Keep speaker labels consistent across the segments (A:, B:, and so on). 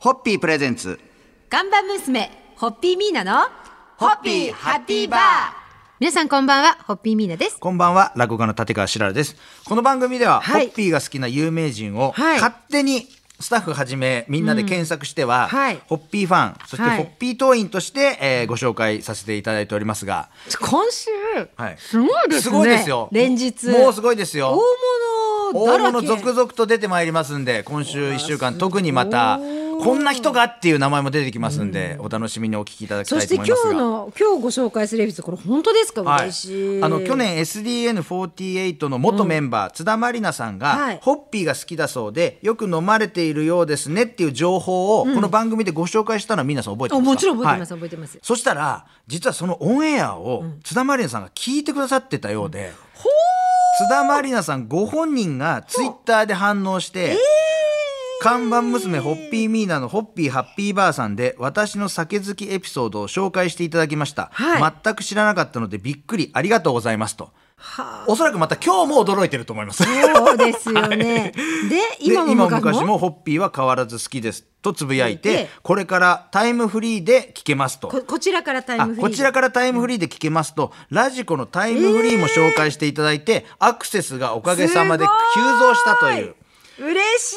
A: ホッピープレゼンツ
B: ガンバ娘、ホッピーミーナの、
A: ホッピーハッピーバー
B: 皆さんこんばんは、ホッピーミーナです。
A: こんばんは落語家の立川しららですこの番組では、
B: はい
A: ホッピーが好きな有名人を、
B: はい
A: 勝手にスタッフはじめみんなで検索しては、
B: はい
A: ホッピーファンそして
B: はい
A: ホッピー党員として、えーご紹介させていただいておりますが、
B: 今週、
A: はい
B: すごいですね。
A: すごいですよ
B: 連日。
A: もうすごいですよ
B: 大物だ
A: 大
B: らけ。
A: 物続々と出てまいりますんで今週1週間特にまたこんな人がっていう名前も出てきますんで、お楽しみにお聞きいただき
B: そ
A: た
B: し
A: い
B: て
A: と思い
B: 今
A: ますが
B: 日の、今日ご紹介するエピソード、これ本当ですか、
A: は
B: 嬉しい。
A: あの去、年 SDN48 の元メンバー、津田まりなさんが、
B: はい
A: ホッピーが好きだそうでよく飲まれているようですねっていう情報を、この番組でご紹介したのは皆さん覚えて
B: あ
A: ますか
B: もちろん覚えてます、
A: はい
B: 覚えてます。
A: そしたら実はそのオンエアを津田まりなさんが聞いてくださってたようで、津田まりなさんご本人がツイッターで反応して、看板娘ホッピーミーナのホッピーハッピーバーさんで私の酒好きエピソードを紹介していただきました、
B: はい
A: 全く知らなかったのでびっくりありがとうございますと
B: は
A: おそらくまた今日も驚いてると思います
B: そうです よね。
A: で
B: で、今も昔
A: 昔
B: も。
A: もホッピーは変わらず好きですとつぶやい
B: で
A: てこれからタイムフリーで聞けますと
B: ここちらからタイム
A: あ
B: フリー。
A: こちらからタイムフリーで聞けますと、ラジコのタイムフリーも紹介していただいて、アクセスがおかげさまで急増したという
B: すごい嬉し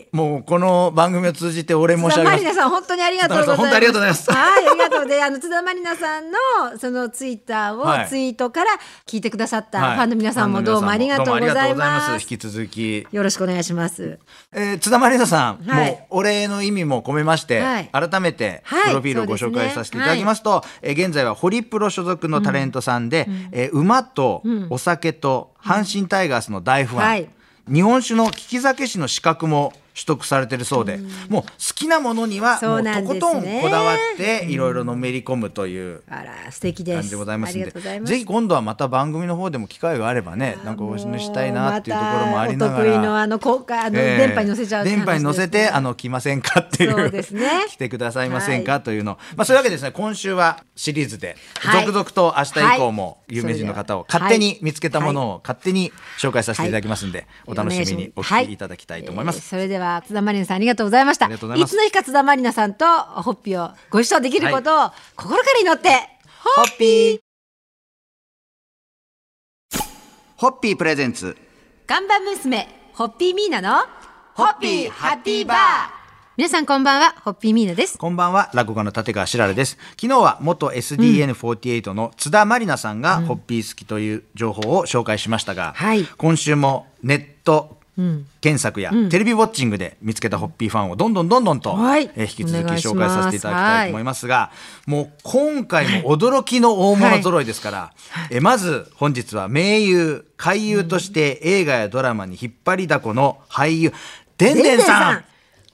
B: い。
A: もうこの番組を通じてお礼申し上げ
B: 津田ま
A: ま
B: り
A: す
B: なさん本当にありがとうございます。
A: 本当にありがとうございます
B: はい、ありがとうで、あの津田まりなさんのそのツイッター
A: は
B: を
A: い
B: ツイートから聞いてくださった
A: はい
B: ファンの皆さんもどうもありがとうござい
A: どうもありがとうござい
B: ま
A: ます
B: す。
A: 引き続き、
B: よろしくお願いします。
A: えー、津田まりなさん、
B: はい
A: もうお礼の意味も込めまして、
B: はい
A: 改めて
B: はい
A: プロフィールをご紹介させていただきますと、えー現在はホリプロ所属のタレントさんで、えー馬とお酒と阪神タイガースの大ファン、
B: はい
A: 日本酒の利き酒師の資格も取得されてるそうで、もう好きなものには
B: そ
A: も
B: う
A: う
B: なん
A: と
B: です
A: こ
B: ね
A: とんこだわっていろいろのめり込むという
B: あら素敵で
A: 感
B: す。
A: じでございます
B: あ
A: ん
B: りがとうござ
A: で
B: います。
A: ぜひ今度はまた番組の方でも機会があればねなんかお話ししたいなっていうところもありなが
B: またお
A: ら。
B: 得意のあの公開あの
A: ええ
B: 電波に乗せちゃうって話ですね、
A: 電波に乗せてあの来ませんかっていう
B: そうですね
A: 来てくださいませんかというの、まあそういうわけでですね今週はシリーズで
B: はい
A: 続々と明日以降も
B: はい
A: 有名人の方を
B: それでは
A: 勝手に見つけたものを勝手に紹介させていただきますんでお楽しみにお聞きいただきたいと思いま
B: は
A: す。
B: それでは津田まりなさんありがとうございました。
A: ありがとうございます
B: つの日か津田まりなさんとホッピーをご一緒できることを心から祈って。
A: ホッピーホッピープレゼンツ
B: ガンバ娘、ホッピーミーナの、
A: ホッピーハッピーバー
B: 皆さんこんばんは、ホッピーミーナです。
A: こんばんは、落語家の立川しららです。昨日は元 SDN48 の津田まりなさんがホッピー好きという情報を紹介しましたが、
B: はい
A: 今週もネット検索やテレビウォッチングで見つけたホッピーファンをどんどんどんどんと、
B: はい
A: えー引き続
B: お
A: き
B: 願いし
A: 紹
B: ま
A: 介
B: す
A: させていただきたいと思いますが、もう今回も驚きの大物揃いですから、えーまず本日は名優、俳優として映画やドラマに引っ張りだこの俳優、でんでんさん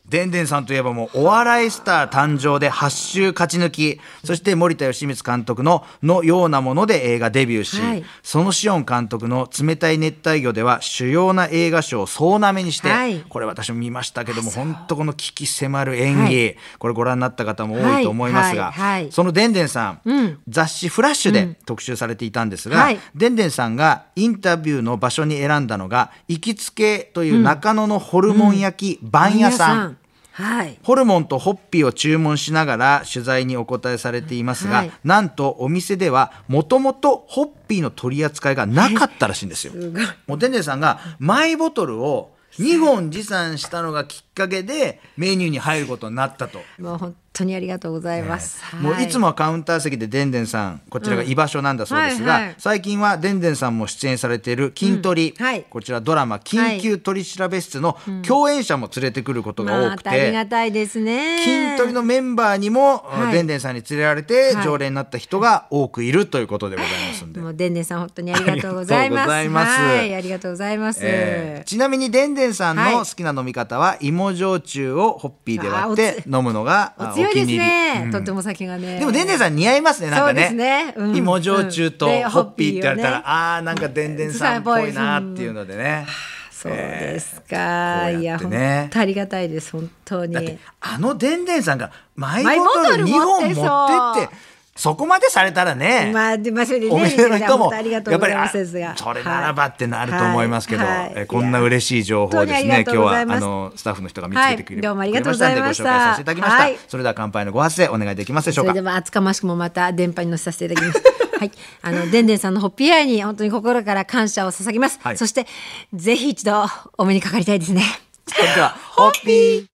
A: でんでんさんといえばもうお笑いスター誕生で8週勝ち抜きそして森田芳光監督の「のようなもの」で映画デビューし、
B: はい
A: そのシオン監督の「冷たい熱帯魚」では主要な映画賞を総なめにして、
B: はい
A: これ私も見ましたけども本当この危機迫る演技、これご覧になった方も多いと思いますが、
B: はいはいはい
A: そのでんでんさん、
B: うん
A: 雑誌「フラッシュ」で特集されていたんですが、
B: はい
A: でんでんさんがインタビューの場所に選んだのが行きつけという中野のホルモン焼き番屋さん。
B: はい。
A: ホルモンとホッピーを注文しながら取材にお答えされていますが、
B: はい
A: なんとお店ではもともとホッピーの取り扱いがなかったらしいんですよ。
B: ごい
A: もうてんねさんがマイボトルを2本持参したのがきっかけでメニューに入ることになったと。
B: もう本当にありがとうございます。
A: もういつ
B: も。
A: もはカウンター席ででんでんさんこちらが居場所なんだそうですが、
B: はいはい
A: 最近はでんでんさんも出演されている「筋トリ」
B: うんはい
A: こちらドラマ「緊急取調室」の共演者も連れてくることが多
B: ま
A: くて、
B: たありがたいですね。
A: 筋トレのメンバーにも、
B: はい
A: でんでんさんに連れられて
B: はい
A: 常連になった人が多くいるということでございますんで、
B: もうでんでんさん本当にありがとうございます。
A: ありがとうございます
B: はい、ありがとうございます。
A: えーちなみにでんでんさん
B: はい
A: の好きな飲み方は、芋焼酎をホッピーで割っ
B: あーお
A: て
B: つ
A: 飲むのが
B: お
A: あ
B: 強いで
A: お
B: す
A: 気に入り
B: ね。とってもお酒がね。
A: でもでんでんさん似合いますねなんかね
B: そうですねうん
A: 芋焼酎と
B: うん
A: ホ
B: で
A: ッピーって言われたら、
B: ホッピーをね
A: ああーなんかでんでんさんっぽいなっていうのでね、
B: そうですか。
A: えー
B: いや、
A: こ
B: 本
A: うやってね
B: 当ありがたいです。本当
A: だって
B: に。
A: あのでんでんさんがマイ
B: マイボ
A: ボ
B: ト
A: ト
B: ル
A: ル2
B: 持っ
A: 本
B: て
A: 持ってってそこまでされたらね、
B: まあでまあそれでね
A: お店の人
B: 本
A: も
B: 当
A: や
B: あり
A: っ
B: がとうご
A: ぱり
B: ざい
A: あ
B: ますですが
A: それならばってなると思いますけど、
B: はいはい
A: えこんな嬉しい情報をです
B: いや
A: ね今日
B: 本当にありがとうご
A: は
B: ざ
A: あ
B: います
A: のスタッフの人が見つけてくれ,、
B: はいどうもありがとうございました
A: くれましたのでご紹介させていただきました、
B: はい
A: それでは乾杯のご発声お願いできますでしょ
B: そうれ
A: か
B: でも厚かましくもまた電波に乗せさせていた だきます。はい、あのでんでんさんのホッピーアイに本当に心から感謝を捧げます。
A: はい
B: そしてぜひ一度お目にかかりたいですね。
A: それではホッピー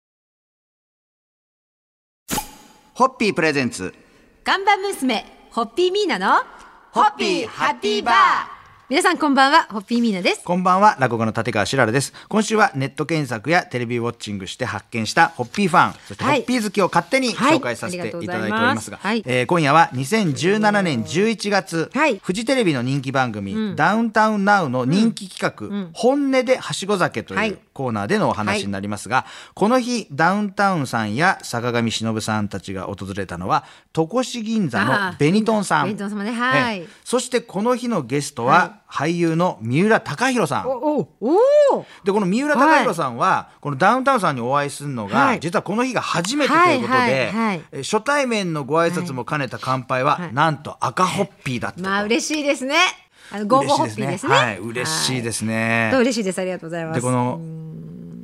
A: ホッピープレゼンツ
B: 看板娘ホッピーミーナの
A: ホッピーハッピーバー
B: 皆さんこんばんはホッピーミーナです。
A: こんばんは、落語の立川しららです。今週はネット検索やテレビウォッチングして発見したホッピーファン、そしてホ
B: はい
A: ッピー好きを勝手に
B: はい
A: 紹介させていただいておりますが、
B: ありがとうございますはい
A: えー今夜は2017年11月、
B: はい
A: フジテレビの人気番組、ダウンタウンナウの人気企画、本音ではしご酒と
B: はいいう
A: コーナーでのお話になりますが、この日、ダウンタウンさんや坂上忍さんたちが訪れたのは、戸越銀座
B: あ
A: の
B: ー
A: ベニトンさん。
B: ベニトン様ねはい
A: ええそしてこの日のゲストは、俳優の三浦貴大さん。
B: おおお
A: でこの三浦貴大さんは、このダウンタウンさんにお会いするのが、
B: はい
A: 実はこの日が初めてということで、
B: はいはい
A: え初対面のご挨拶も兼ねた乾杯は、
B: はい
A: なんと赤ホッピーだったと、
B: まあ嬉しいですね。あのゴーゴーホッピーですね。
A: はい、嬉しい
B: す。
A: ですね。
B: と嬉しいですありがとうございます。
A: でこの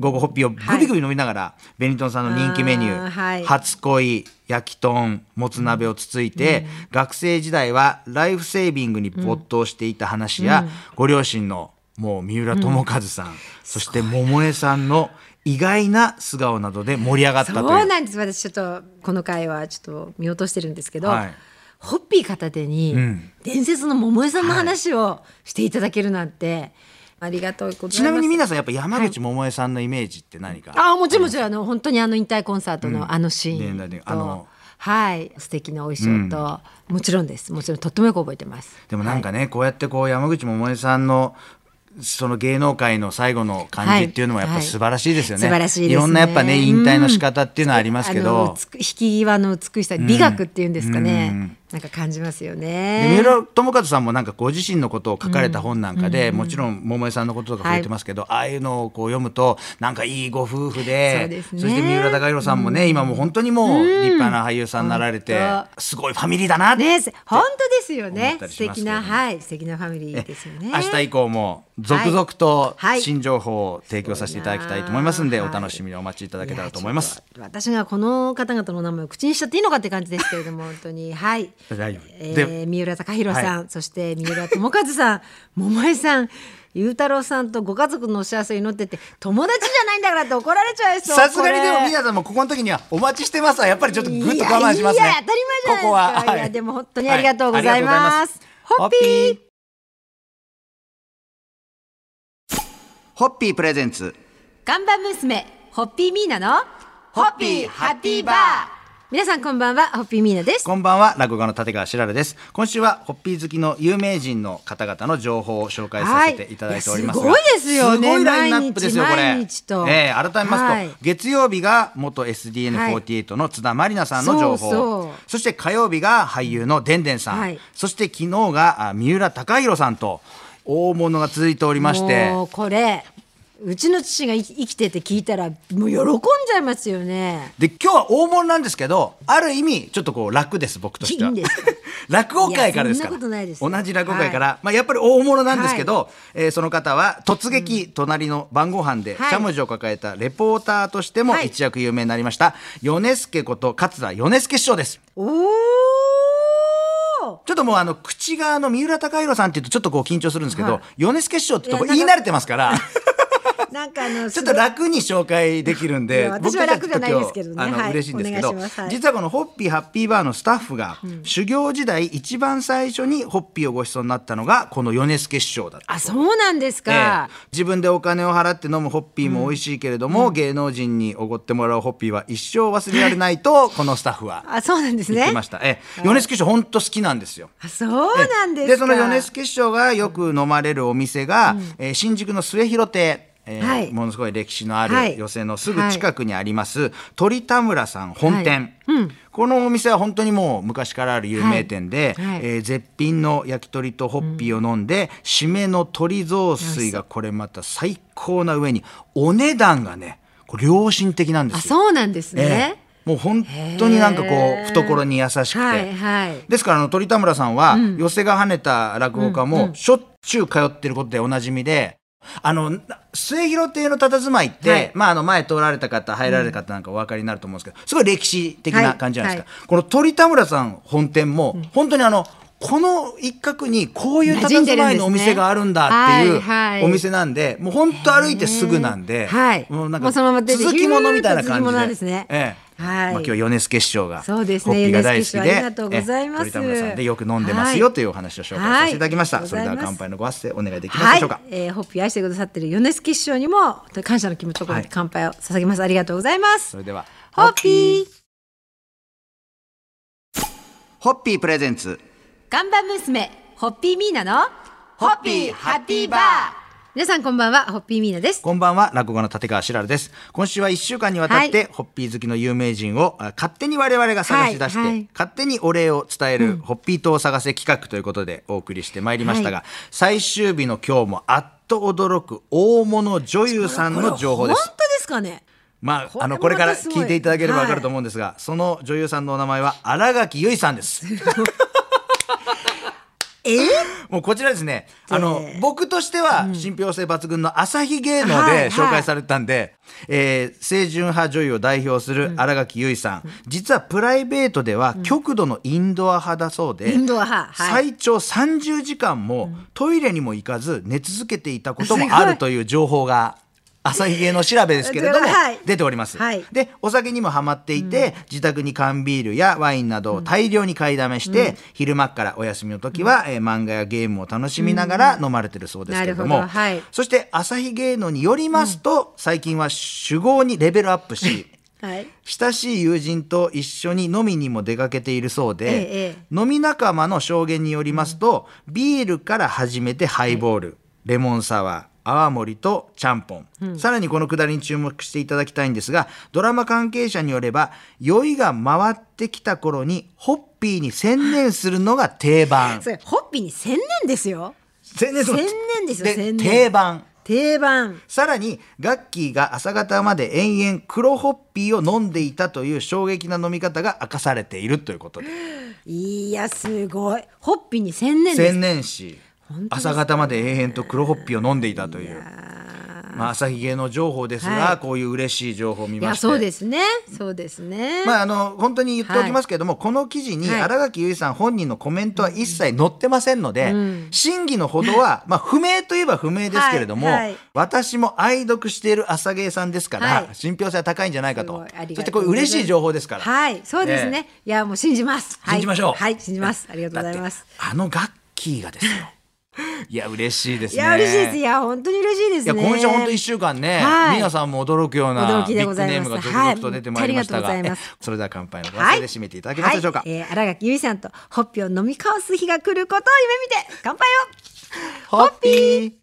A: 午後ホッピーをグビグビ飲みながら、ベニトンさんの人気メニュー
B: あーはい
A: 初恋焼き豚もつ鍋をつついて、学生時代はライフセービングに没頭していた話や、ご両親のもう三浦友和さん、そして桃江さんの意外な素顔などで盛り上がったという
B: そうなんです私ちょっとこの回はちょっと見落としてるんですけど、
A: はい
B: ホッピー片手に
A: ん
B: 伝説の桃江さんの話をしていただけるなんて、ありがとうございます
A: ちなみに皆さんやっぱ山口百恵さんのイメージって何か、
B: あもちろんもちろんあの本当にあの引退コンサートのあのシー
A: ね
B: ン
A: え
B: と、
A: だねあの
B: はい素敵なお衣装と、もちろんですもちろんとってもよく覚えてます
A: でもなんかね、こうやってこう山口百恵さんのその芸能界の最後の感じっていうのも
B: は
A: や
B: い
A: っぱ素晴らしいですよね。
B: はい素晴らしいですね
A: ろんなやっぱね引退の仕方っていうのはありますけ
B: あ
A: ど
B: の美。引き際の美しさ美学っていうんですかね、なんか感じますよ
A: で三
B: ね
A: 浦友和さんもなんかご自身のことを書かれた本なんかで、もちろん桃江さんのこととか触れてますけど、ああいうのをこう読むとなんかいいご夫婦で
B: そうですね
A: して三浦貴大さんもね、今もう本当にもう立派な俳優さんになられて、
B: 本
A: すごいファミリーだなって
B: ね本当ですよ
A: 思っ
B: ね
A: たり
B: 素
A: しますけ
B: 敵
A: どね
B: なはい素敵なファミリーですよね
A: 明日以降も続々と
B: はい
A: 新情報を提供させていただきたいと思いますんで、
B: はいはい
A: お楽しみにお待ちいただけたらと思います。
B: やちょっと私がこの方々の名前を口にしちゃっていいのかって感じですけれ ども本当にはい、
A: 大丈夫
B: え
A: で
B: ー、三浦貴大さん、
A: は
B: そして三浦友和さん桃江さん裕太郎さんとご家族のお幸せを祈ってて友達じゃないんだからって怒られちゃいそう
A: さすがにでも
B: な
A: 皆さんもここの時にはお待ちしてますはやっぱりちょっとぐっと我慢しますね
B: いやいや当たり前じゃないですか
A: ここは、
B: いやでも本当にありがとうございます
A: はいありがとうございますホッピーホッピープレゼンツ
B: 看板娘ホッピーミーナの
A: ホッピーハッピーバー
B: 皆さんこんばんはホッピーミーナです
A: こんばんは、落語家の立川しららです。今週はホッピー好きの有名人の方々の情報を紹介させていただいておりますが、
B: はいいやすごいですよね
A: すごいラインナップですよ、これ。
B: 毎日毎日と
A: ええ改めますと、
B: はい
A: 月曜日が元 SDN48 の津田まりなさんの情報、
B: そうそう
A: そして火曜日が俳優のでんでんさん、
B: はい
A: そして昨日があ三浦貴大さんと大物が続いておりまして、
B: もうこれうちの父が生き生きてて聞いたらもう喜んじゃいますよね
A: で今日は大物なんですけどある意味ちょっとこう楽です僕としてはい
B: いんですか
A: 落語界からですから
B: いやそんなことないですよ
A: 同じ落語界から、まあ、やっぱり大物なんですけど、えーその方は突撃、隣の晩ご飯でし
B: はい
A: ゃもじを抱えたレポーターとしても
B: はい
A: 一躍有名になりました、米助こと桂米助師匠です
B: おお
A: ちょっともうあの口があの三浦貴大さんっていうとちょっとこう緊張するんですけど、
B: はい
A: 米助師匠ってとこ
B: いや
A: 言い慣れてますから。
B: なんかあ の
A: ちょっと楽に紹介できるん
B: い
A: で
B: や、私は
A: 僕たち
B: 楽じゃない
A: ちょっと
B: ですけどね
A: 今日あの、
B: はい
A: 嬉しいんですけど
B: お願いしますはい
A: 実はこのホッピーハッピーバーのスタッフが、修行時代一番最初にホッピーをご馳走になったのがこの米助師匠だった。
B: あそうなんですか
A: ええ、自分でお金を払って飲むホッピーも美味しいけれども、芸能人におごってもらうホッピーは一生忘れられないとこのスタッフは
B: あそうなんです
A: 言っ
B: ね
A: てました、ええ、米助師匠本当好きなんですよ。
B: あそうなんですか
A: でその米助師匠がよく飲まれるお店が、えー新宿の末広亭、えー
B: はい
A: ものすごい歴史のあ
B: は
A: る
B: い
A: 寄席のすぐ近くにあります、鳥田村さん本店、このお店は本当にもう昔からある有名店で、
B: はいはい
A: えー絶品の焼き鳥とホッピーを飲んで、締めの鶏雑炊がこれまた最高な上にお値段がねこれ良心的なんで
B: あ
A: すよ。
B: そうなんですね、
A: ええもう本当になんかこう懐に優しくて、
B: はいはい
A: ですからあの鳥田村さんは、寄せが跳ねた落語家もしょっちゅう通ってることでおなじみで。あのな末広亭の佇まいって、
B: はい
A: まあ、あの前通られた方入られた方なんかお分かりになると思うんですけどすごい歴史的な感じじゃないですか、この鳥田村さん本店も、本当にあのこの一角にこういう
B: 馴染んで
A: 佇
B: るん
A: ま
B: です
A: い
B: ね
A: のお店があるんだってい
B: はいはいう
A: お店なんで、もう本当歩いてすぐなんで、
B: はい
A: もうなん
B: も
A: か
B: うそのまま出て
A: 続きものみたいな
B: ひゅーっと続きものな
A: 感
B: ん
A: じ
B: です
A: で。
B: ね
A: ええ
B: はい
A: まあ、今日米助師匠が
B: そうですね
A: ホッピーが大好きで
B: 米助師匠ありがとうございます
A: ええ鳥田村さんでよく飲んでますよ
B: はい
A: というお話を紹介させていただきました、
B: はい
A: それでは
B: ありがとうご
A: 乾
B: ざいます
A: 杯のご発声お願いできます
B: は
A: で
B: い
A: しょうか、、
B: えー、ホッピー愛してくださってる米津吉師匠にも本当に感謝の気持ちを込めて乾杯を捧げます、ありがとうございます
A: それでは
B: ホッピー
A: ホッピープレゼンツ
B: 看板娘ホッピーミーナの
A: ホッピーハッピーバー
B: 皆さんこんばんはホッピーミーナです
A: こんばんは、落語の立川しらるです。今週は1週間にわたって、ホッピー好きの有名人をあ勝手に我々が探し出して、
B: はいはい
A: 勝手にお礼を伝える、ホッピー党を探せ企画ということでお送りしてまいりましたが、最終日の今日もあっと驚く大物女優さんの情報で
B: これ
A: す
B: 本。当ですかね
A: まあ、
B: これ
A: あのこれから
B: またすごい
A: 聞いていただければわかると思うんですが、その女優さんのお名前は新垣結衣さんです。
B: えー、
A: もうこちらですね、あの
B: で、
A: 僕としては、信憑性抜群の朝日芸能
B: はいはい
A: で紹介されたんで、えー、清純派女優を代表する新垣結衣さん、実はプライベートでは極度のインドア派だそうで、
B: インドア派はい
A: 最長30時間もトイレにも行かず寝続けていたこともあるという情報が。朝日芸の調べですけれども
B: はい
A: 出ております、
B: はい
A: でお酒にもハマっていて、自宅に缶ビールやワインなどを大量に買いだめして、昼間っからお休みの時は、えー漫画やゲームを楽しみながら飲まれてるそうですけれども、
B: なるほどはい
A: そして朝日芸能によりますと、最近は酒豪にレベルアップし
B: はい
A: 親しい友人と一緒に飲みにも出かけているそうで、
B: ええ
A: 飲み仲間の証言によりますと、ビールから始めてハイボール、レモンサワー泡盛とちゃんぽん、さらにこのくだりに注目していただきたいんですがドラマ関係者によれば酔いが回ってきた頃にホッピーに専念するのが定番
B: それホッピーに専念ですよ
A: 専念
B: 専念ですよ専念
A: 定番
B: 定番
A: さらにガッキーが朝方まで延々黒ホッピーを飲んでいたという衝撃な飲み方が明かされているということで
B: いやすごいホッピーに専念です
A: 千年史
B: 本当です
A: 朝方まで永遠と黒ホッピーを飲んでいたというまあ、朝日芸能情報ですが、
B: はい
A: こういう嬉しい情報を見
B: いや
A: まして
B: そうですねそうですね、
A: まあ、あの本当に言っておきますけれども、この記事に
B: はい
A: 新垣結衣さん本人のコメントは一切載ってませんので、真偽のほど は、まあ、不明といえば不明ですけれども、
B: はいはい
A: 私も愛読している朝芸さんですから、
B: はい
A: 信憑性は高いんじゃないか
B: す
A: と
B: ごいあ
A: そ
B: りが
A: して
B: と
A: こ
B: う
A: れ
B: ございます
A: 嬉しい情報ですから、
B: はいそうですね、
A: え
B: いやもう信じます、はい
A: 信じましょう、
B: はい信じますありがとうございます
A: だってあのガッキーが ですよいや嬉しいです
B: い
A: ね
B: や嬉しいですいや本当に嬉しいです
A: いや
B: ね
A: 今週本当一週間ね、
B: はい
A: 皆さんも驚くような
B: 驚
A: ビ
B: きで
A: ッ
B: ご
A: グ
B: ざ
A: ネ
B: い
A: ー
B: ま
A: ムが
B: す
A: 続々と出てまいりましたが、
B: はいありがとうござい
A: え
B: ます
A: それでは乾杯のご発声で締めていただけますでしょうか、
B: はいえー、新垣結衣さんとホッピーを飲み交わす日が来ることを夢見て乾杯
A: ホ
B: を
A: ッピー